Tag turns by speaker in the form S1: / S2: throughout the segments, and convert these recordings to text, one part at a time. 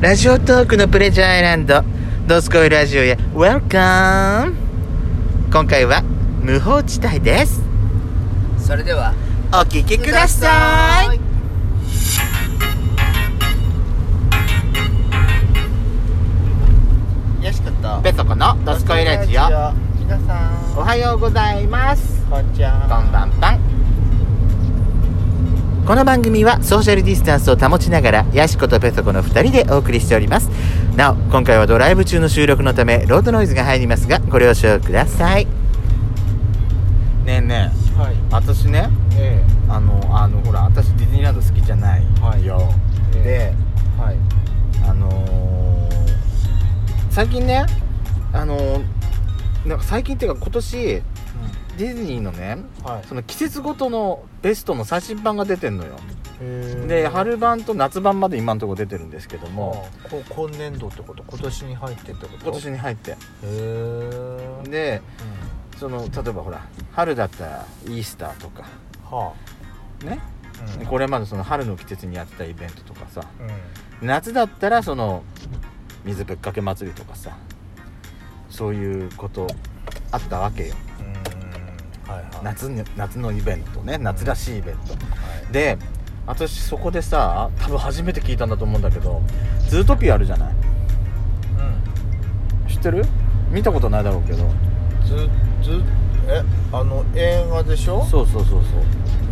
S1: ラジオトークのプレジャーアイランド、ドスコイラジオへ Welcome! 今回は無法地帯です。
S2: それでは
S1: お聞きください。
S2: よしこと
S1: ペソコのドスコイラジオ、
S2: 皆さ
S1: お
S2: ん
S1: はようございます。
S2: こんにちは
S1: こんばんぱんこの番組はソーシャルディスタンスを保ちながらヤシコとペソコの2人でお送りしておりますなお今回はドライブ中の収録のためロードノイズが入りますがご了承くださいねえねえ
S2: はい
S1: 私ね
S2: え
S1: あのあのほら私ディズニーランド好きじゃない
S2: はい
S1: よ、
S2: え
S1: で
S2: えはい
S1: あのー最近ねあのーなんか最近っていうか今年ディズニーのね、
S2: はい
S1: その季節ごとのベストの最新版が出てんのよ
S2: へえ
S1: で春版と夏版まで今のところ出てるんですけども
S2: もうこ今年度ってこと今年に入ってってこと
S1: 今年
S2: へ
S1: に入って
S2: えで、
S1: で
S2: うん
S1: その例えばほら春だったらイースターとか
S2: は
S1: ね
S2: あうん
S1: これまでその春の季節にやってたイベントとかさ
S2: うん
S1: 夏だったらその水ぶっかけ祭りとかさそういうことあったわけよ
S2: うんはいはい
S1: 夏に夏のイベントね夏らしいイベント
S2: はい
S1: で私そこでさ多分初めて聞いたんだと思うんだけどズートピアあるじゃない
S2: うん
S1: 知ってる見たことないだろうけど
S2: ずずえあの映画でしょ
S1: そうそうそうそう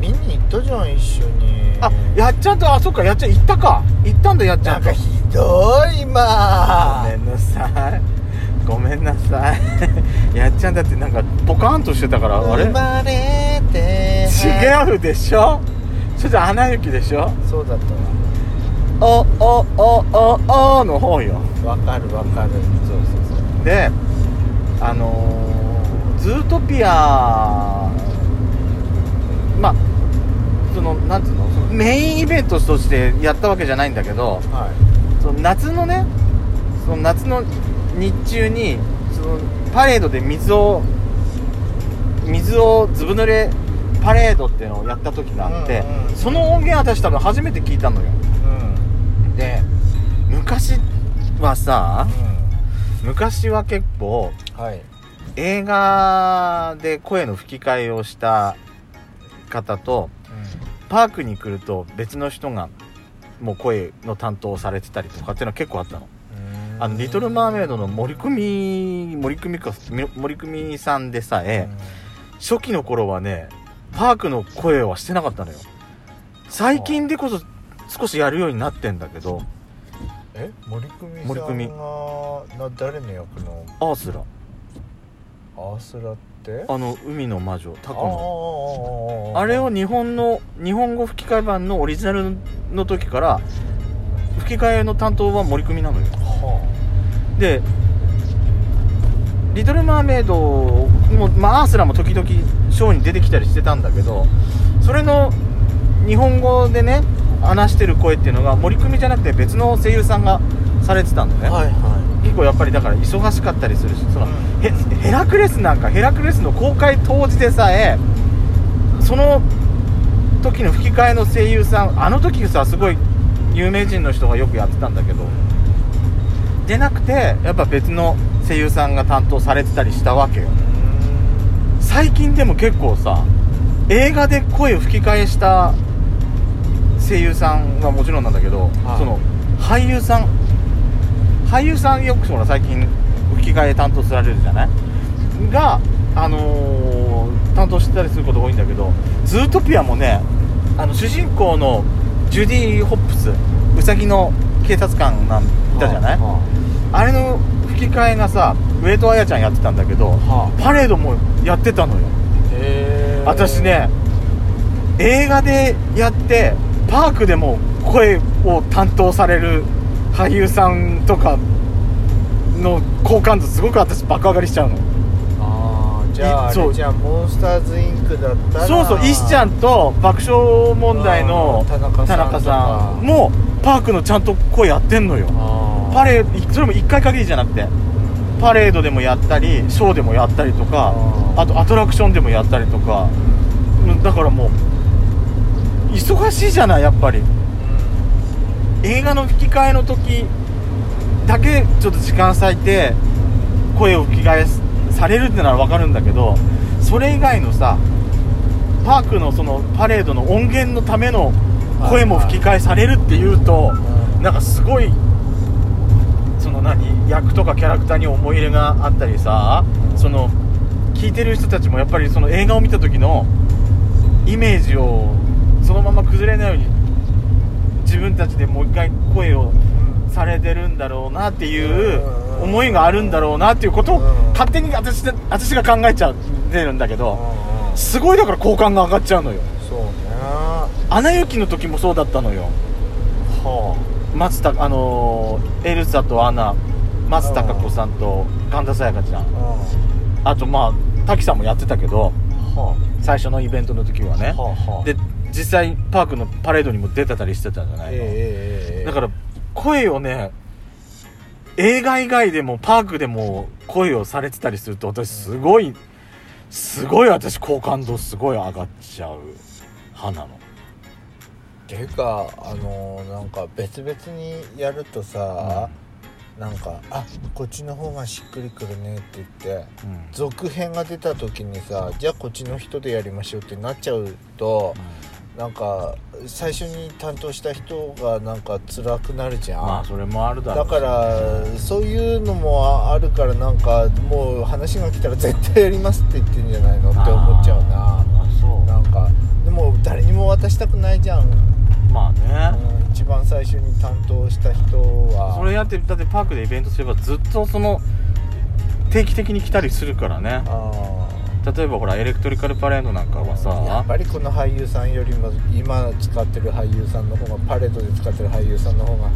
S2: 見に行ったじゃん一緒に
S1: あやっちゃんとあそっかやっちゃん行ったか行ったんだやっちゃ
S2: なんん
S1: と
S2: かひどい今
S1: ごめんなさいごめんなさい やっちゃんだってなんかポカーンとしてたからあれ
S2: 生まれて
S1: 違うでしょちょっと穴行きでしょ
S2: そうだった
S1: おおおおおの方よ
S2: わわかるわかるそうそうそう
S1: であのー、ズートピアまあそのなんつうのそのメインイベントとしてやったわけじゃないんだけど
S2: はい
S1: その夏のねその夏の日中にそのパレードで水を水をずぶ濡れパレードっていうのをやった時があって、
S2: うんうん
S1: その音源私多分初めて聞いたのよ
S2: うん
S1: で昔はさ昔は結構
S2: うんはい
S1: 映画で声の吹き替えをした方とパークに来ると別の人がもう声の担当をされてたりとかっていうのは結構あったのあの「リトル・マーメイド」の森久美森久美かみ森久美さんでさえ初期の頃はねパークの声はしてなかったのよ最近でこそ少しやるようになってんだけど
S2: え森久美
S1: 森久美
S2: さんがな誰の役の
S1: アースラ
S2: アースラって
S1: あの海の魔女タコの
S2: あ
S1: あれを日本の日本語吹き替え版のオリジナルの時から吹き替えの担当は森久美なのよ
S2: は
S1: で「リトル・マーメイドも」まあ、アースラも時々ショーに出てきたりしてたんだけどそれの日本語でね話してる声っていうのが森久美じゃなくて別の声優さんがされてたんだ
S2: あ
S1: ね、
S2: はいは
S1: 結構やっぱりだから忙しかったりするしその
S2: うん
S1: ヘヘラクレスなんかヘラクレスの公開当時でさえその時の吹き替えの声優さんあの時さすごい有名人の人がよくやってたんだけどでなくてやっぱ別の声優さんが担当されてたりしたわけよ
S2: い
S1: 最近でも結構さ映画で声を吹き替えした声優さんはもちろんなんだけど、
S2: はい
S1: その俳優さん俳優さんよくほら最近吹き替え担当されるじゃないが、あのー担当してたりすることが多いんだけどズートピアもねあの主人公のジュディ・ホップスウサギの警察官なんいたじゃない、
S2: は
S1: あれの吹き替えがさ上戸彩ちゃんやってたんだけど、
S2: はあ
S1: パレードもやってたのよ
S2: あへえ
S1: 私ね映画でやってパークでも声を担当される俳優さんとかの好感度すごく私爆上がりしちゃうの
S2: ああじゃああ
S1: そう
S2: れじゃあモンスターズインクだったら
S1: そうそう石ちゃんと爆笑問題の
S2: あー田中さんとか
S1: 田中さんもパークのちゃんと声やってんのよ
S2: あー
S1: パレードそれも1回限りじゃなくてパレードでもやったりショーでもやったりとか
S2: あー
S1: あとアトラクションでもやったりとかうんだからもう忙しいじゃないやっぱり
S2: う
S1: 映画の吹き替えの時だけちょっと時間割いて声を吹き返されるってなら分かるんだけどそれ以外のさパークのそのパレードの音源のための声も吹き返されるっていうとなんかすごいその何役とかキャラクターに思い入れがあったりさその聞いてる人たちもやっぱりその映画を見た時のイメージをそのまま崩れないように自分たちでもう一回声をされてるんだろうなっていう思いがあるんだろうなっていうことを勝手に私で私が考えちゃってるんだけどすごいだから好感が上がっちゃうのよ
S2: そうねは
S1: アナ雪の時もそうだったのよ
S2: あ
S1: 松たあのーエルサとアナ松たか子さんと神田沙也加ちゃんあとまあ滝さんもやってたけど
S2: は
S1: 最初のイベントの時は
S2: あ
S1: ね
S2: はあはあ
S1: で実際パークのパレードにも出てたりしてたじゃないの、
S2: ええええええ
S1: だから声をね映画以外でもパークでも声をされてたりすると私すごいすごい私好感度すごい上がっちゃう派なの
S2: ていうかあのーなんか別々にやるとさ、なんか「あこっちの方がしっくりくるね」って言って
S1: うん、うん
S2: 続編が出た時にさじゃあこっちの人でやりましょうってなっちゃうとなんか最初に担当した人がなんか辛くなるじゃん、
S1: まあそれもあるだろ
S2: だ
S1: うし
S2: からそういうのもあるからなんかもう話が来たら絶対やりますって言ってんじゃないのって思っちゃうな
S1: あそ
S2: なんかでも誰にも渡したくないじゃん、
S1: うまあね、
S2: うん一番最初に担当した人は
S1: それやってだってパークでイベントすればずっとその定期的に来たりするからね
S2: あ
S1: 例えばほらエレクトリカルパレードなんかは
S2: ーや
S1: さ
S2: っぱりこの俳優さんよりも今使ってる俳優さんの方がパレードで使ってる俳優さんの方が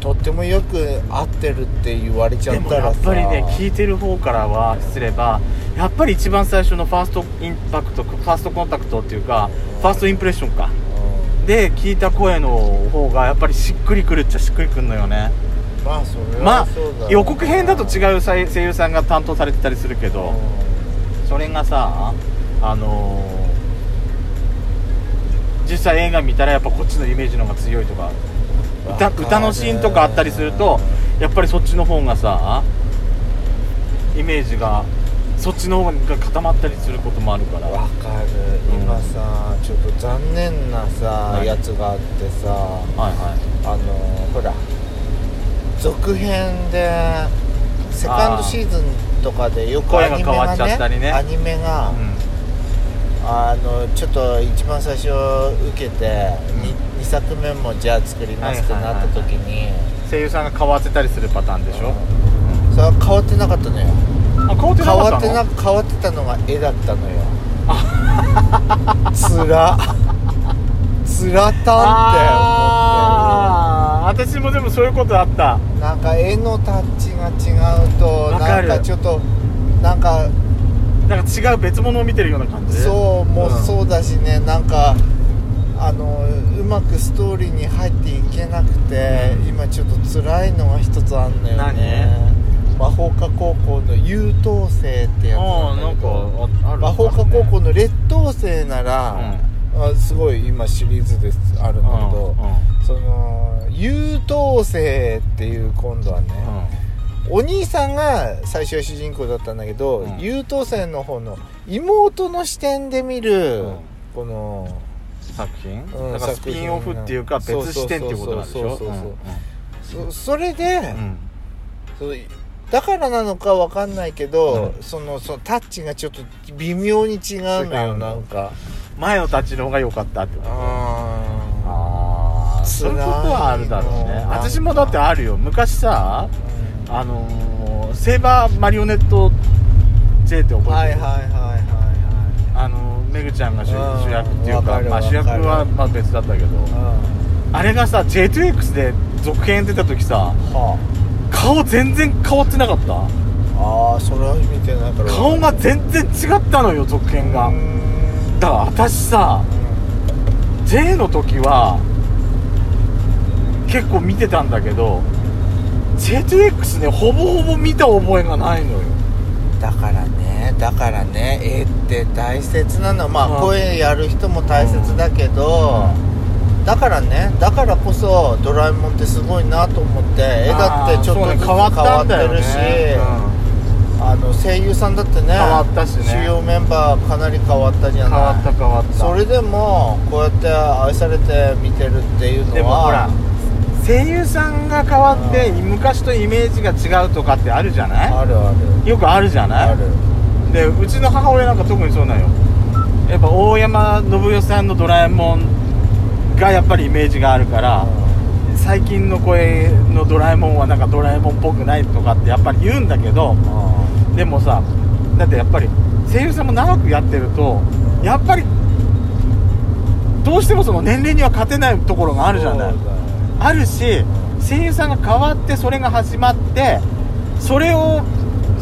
S2: とってもよく合ってるって言われちゃ
S1: で
S2: っ
S1: も
S2: た
S1: や
S2: ら
S1: っ
S2: さ
S1: ぱりね聞いてる方からはすればやっぱり一番最初のファーストインパクトファーストコンタクトっていうかファーストインプレッションかで聞いた声の方がやっぱりしっくりくるっちゃしっくりくるのよね
S2: うんまあそれ
S1: ま
S2: は
S1: あ
S2: そうだ、
S1: 予告編だと
S2: う
S1: 違うさい声優さんが担当されてたりするけどそれがさあのー実際映画見たらやっぱこっちのイメージの方が強いとか歌歌のシーンとかあったりするとやっぱりそっちの方がさイメージがそっちの方が固まったりすることもあるから
S2: わかる
S1: うん
S2: 今さちょっと残念なさ
S1: 何
S2: やつがあってさ
S1: はいはい
S2: あのほら続編でセカンドシーズンとかでよく
S1: 声
S2: ア
S1: が
S2: ニメ
S1: 変わっちゃった
S2: が
S1: り
S2: ね
S1: ね
S2: アニメが、あのちょっと一番最初受けて 2, 作目もじゃあ作りますって
S1: はいはいはい
S2: なった時に、
S1: うん、声優さんが変わってたりするパターンでしょ
S2: それは変わってなかったのよ
S1: あ変わってな
S2: 変
S1: か
S2: わ
S1: っ
S2: ったて
S1: の
S2: な変わってたのが絵だったのよつらつらたんって思って
S1: あー私もでもそういうことあった
S2: なんか絵のタッチが違うと
S1: わか
S2: な
S1: る
S2: んかちょっとなんか
S1: なんか違う別物を見てるような感じ
S2: そうも
S1: うん
S2: そうだしね、なんかあのうまくストーリーに入っていけなくて今ちょっと辛いのが一つあんのよね魔法科高校の優等生ってやつ
S1: あ
S2: な
S1: あ
S2: ん
S1: な
S2: だ
S1: んか
S2: けど
S1: あある
S2: 魔法科高校の劣等生な
S1: うん
S2: ら、あすごい今シリーズですあるんだけど、
S1: うん
S2: その優等生っていう今度はね、
S1: うん
S2: お兄さんが最初は主人公だったんだけど、
S1: うん
S2: 優等生の方の妹の視点で見る、
S1: うん
S2: この
S1: 作品
S2: うん
S1: だからスピンオフっていうか
S2: 作品
S1: 別視点っていうことなんでしょ
S2: そうそうそうそう
S1: うん
S2: そそれで
S1: う、ん
S2: そのだからなのかわかんないけど、
S1: う
S2: そのそのタッチがちょっと微妙に違うの
S1: 違う
S2: よ
S1: の
S2: なんか
S1: 前のたちの方が良かったってこと
S2: あ
S1: ああそういうことはあるだろう
S2: 辛い
S1: ね
S2: の
S1: 私もだってあるよ昔さ
S2: あ、うん
S1: あのーセーバーマリオネット J って覚
S2: は
S1: え
S2: い
S1: て
S2: はい
S1: る
S2: はいはい
S1: あのーめぐちゃんが主
S2: うん
S1: 主役っていう
S2: わ
S1: か
S2: かる
S1: まあ
S2: わか
S1: 主
S2: る
S1: 役はまあ別だったけど
S2: はい
S1: あれがさ J2X で続編出た時さ
S2: うんは
S1: 顔全然変わってなかった
S2: ああーそれは見てないから
S1: 顔が全然違ったのよ続編が
S2: うーん
S1: だから私さ J の時は結構見てたんだけど J2X ねほぼほぼ見た覚えがないのよ
S2: だからねだからね絵って大切なのまあ
S1: うん
S2: 声やる人も大切だけど、だからねだからこそ「ドラえもん」ってすごいなと思って絵だってちょっとずつ変わってるし、あの声優さんだってね
S1: 変わったしね
S2: 主要メンバーかなり変わったじゃ
S1: 変
S2: ない
S1: わった変わった
S2: それでもこうやって愛されて見てるっていうのは
S1: でもほら声優さんが変わって昔とイメージが違うとかってあるじゃな
S2: あるある
S1: いよくあるじゃな
S2: あ
S1: い
S2: る
S1: でうちの母親なんか特にそうなんよやっぱ大山信代さんの「ドラえもん」がやっぱりイメージがあるから最近の声の「ドラえもん」はなんか「ドラえもん」っぽくないとかってやっぱり言うんだけどでもさだってやっぱり声優さんも長くやってるとやっぱりどうしてもその年齢には勝てないところがあるじゃない
S2: そうだよ
S1: あるし声優さんが変わってそれが始まってそれを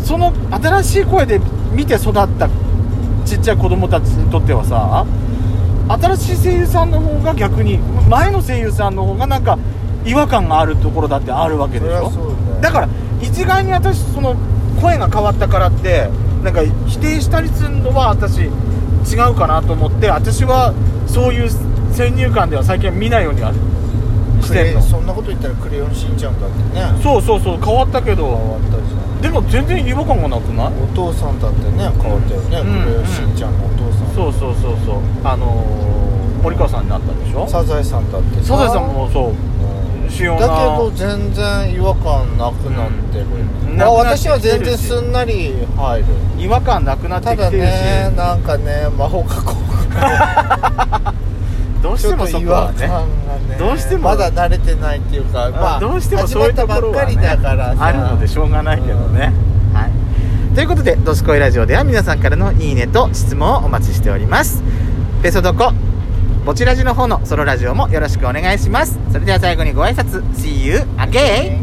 S1: その新しい声で見て育ったちっちゃい子供たちにとってはさ新しい声優さんの方が逆に前の声優さんの方がなんか違和感があるところだってあるわけでし
S2: そり
S1: ょ
S2: ゃそうだよ
S1: だから一概に私その声が変わったからってなんか否定したりするのは私違うかなと思って私はそういう先入観では最近見ないようにはしてんの
S2: そんなこと言ったら「クレヨンしんちゃん」だってね
S1: そうそうそう変わったけ
S2: 変
S1: ど
S2: わったじゃん
S1: でも全然違和感がなくない
S2: お父さんだってね変わったよね、
S1: うん
S2: クレヨンしんちゃんのお父さん、
S1: そうそうそうそうあのー、森川さんになったでしょサ
S2: サザエさんだって
S1: ザエさんもそう
S2: うん
S1: 主要な
S2: だけど全然違和感なくなってる、
S1: うん
S2: まあ
S1: なくなってき
S2: 私
S1: てるし
S2: は全然すんなり入る
S1: 違和感なくなって
S2: た
S1: き
S2: だ
S1: てるし、
S2: ねなんかね魔法加工
S1: どう
S2: ち
S1: し
S2: ょ
S1: て
S2: っ
S1: も
S2: と
S1: そ
S2: 違
S1: こ
S2: 和
S1: はね
S2: 感がね
S1: どうしても
S2: まだ慣れてないっていうかまあ
S1: どうしてもそういうところは、ね、
S2: 始まったばっかりだからさ
S1: あるのでしょうがないけどね、はい、ということで「どすこいラジオ」では皆さんからの「いいね」と質問をお待ちしておりますペソドコぼちラジの方のソロラジオもよろしくお願いしますそれでは最後にご挨拶 See you again!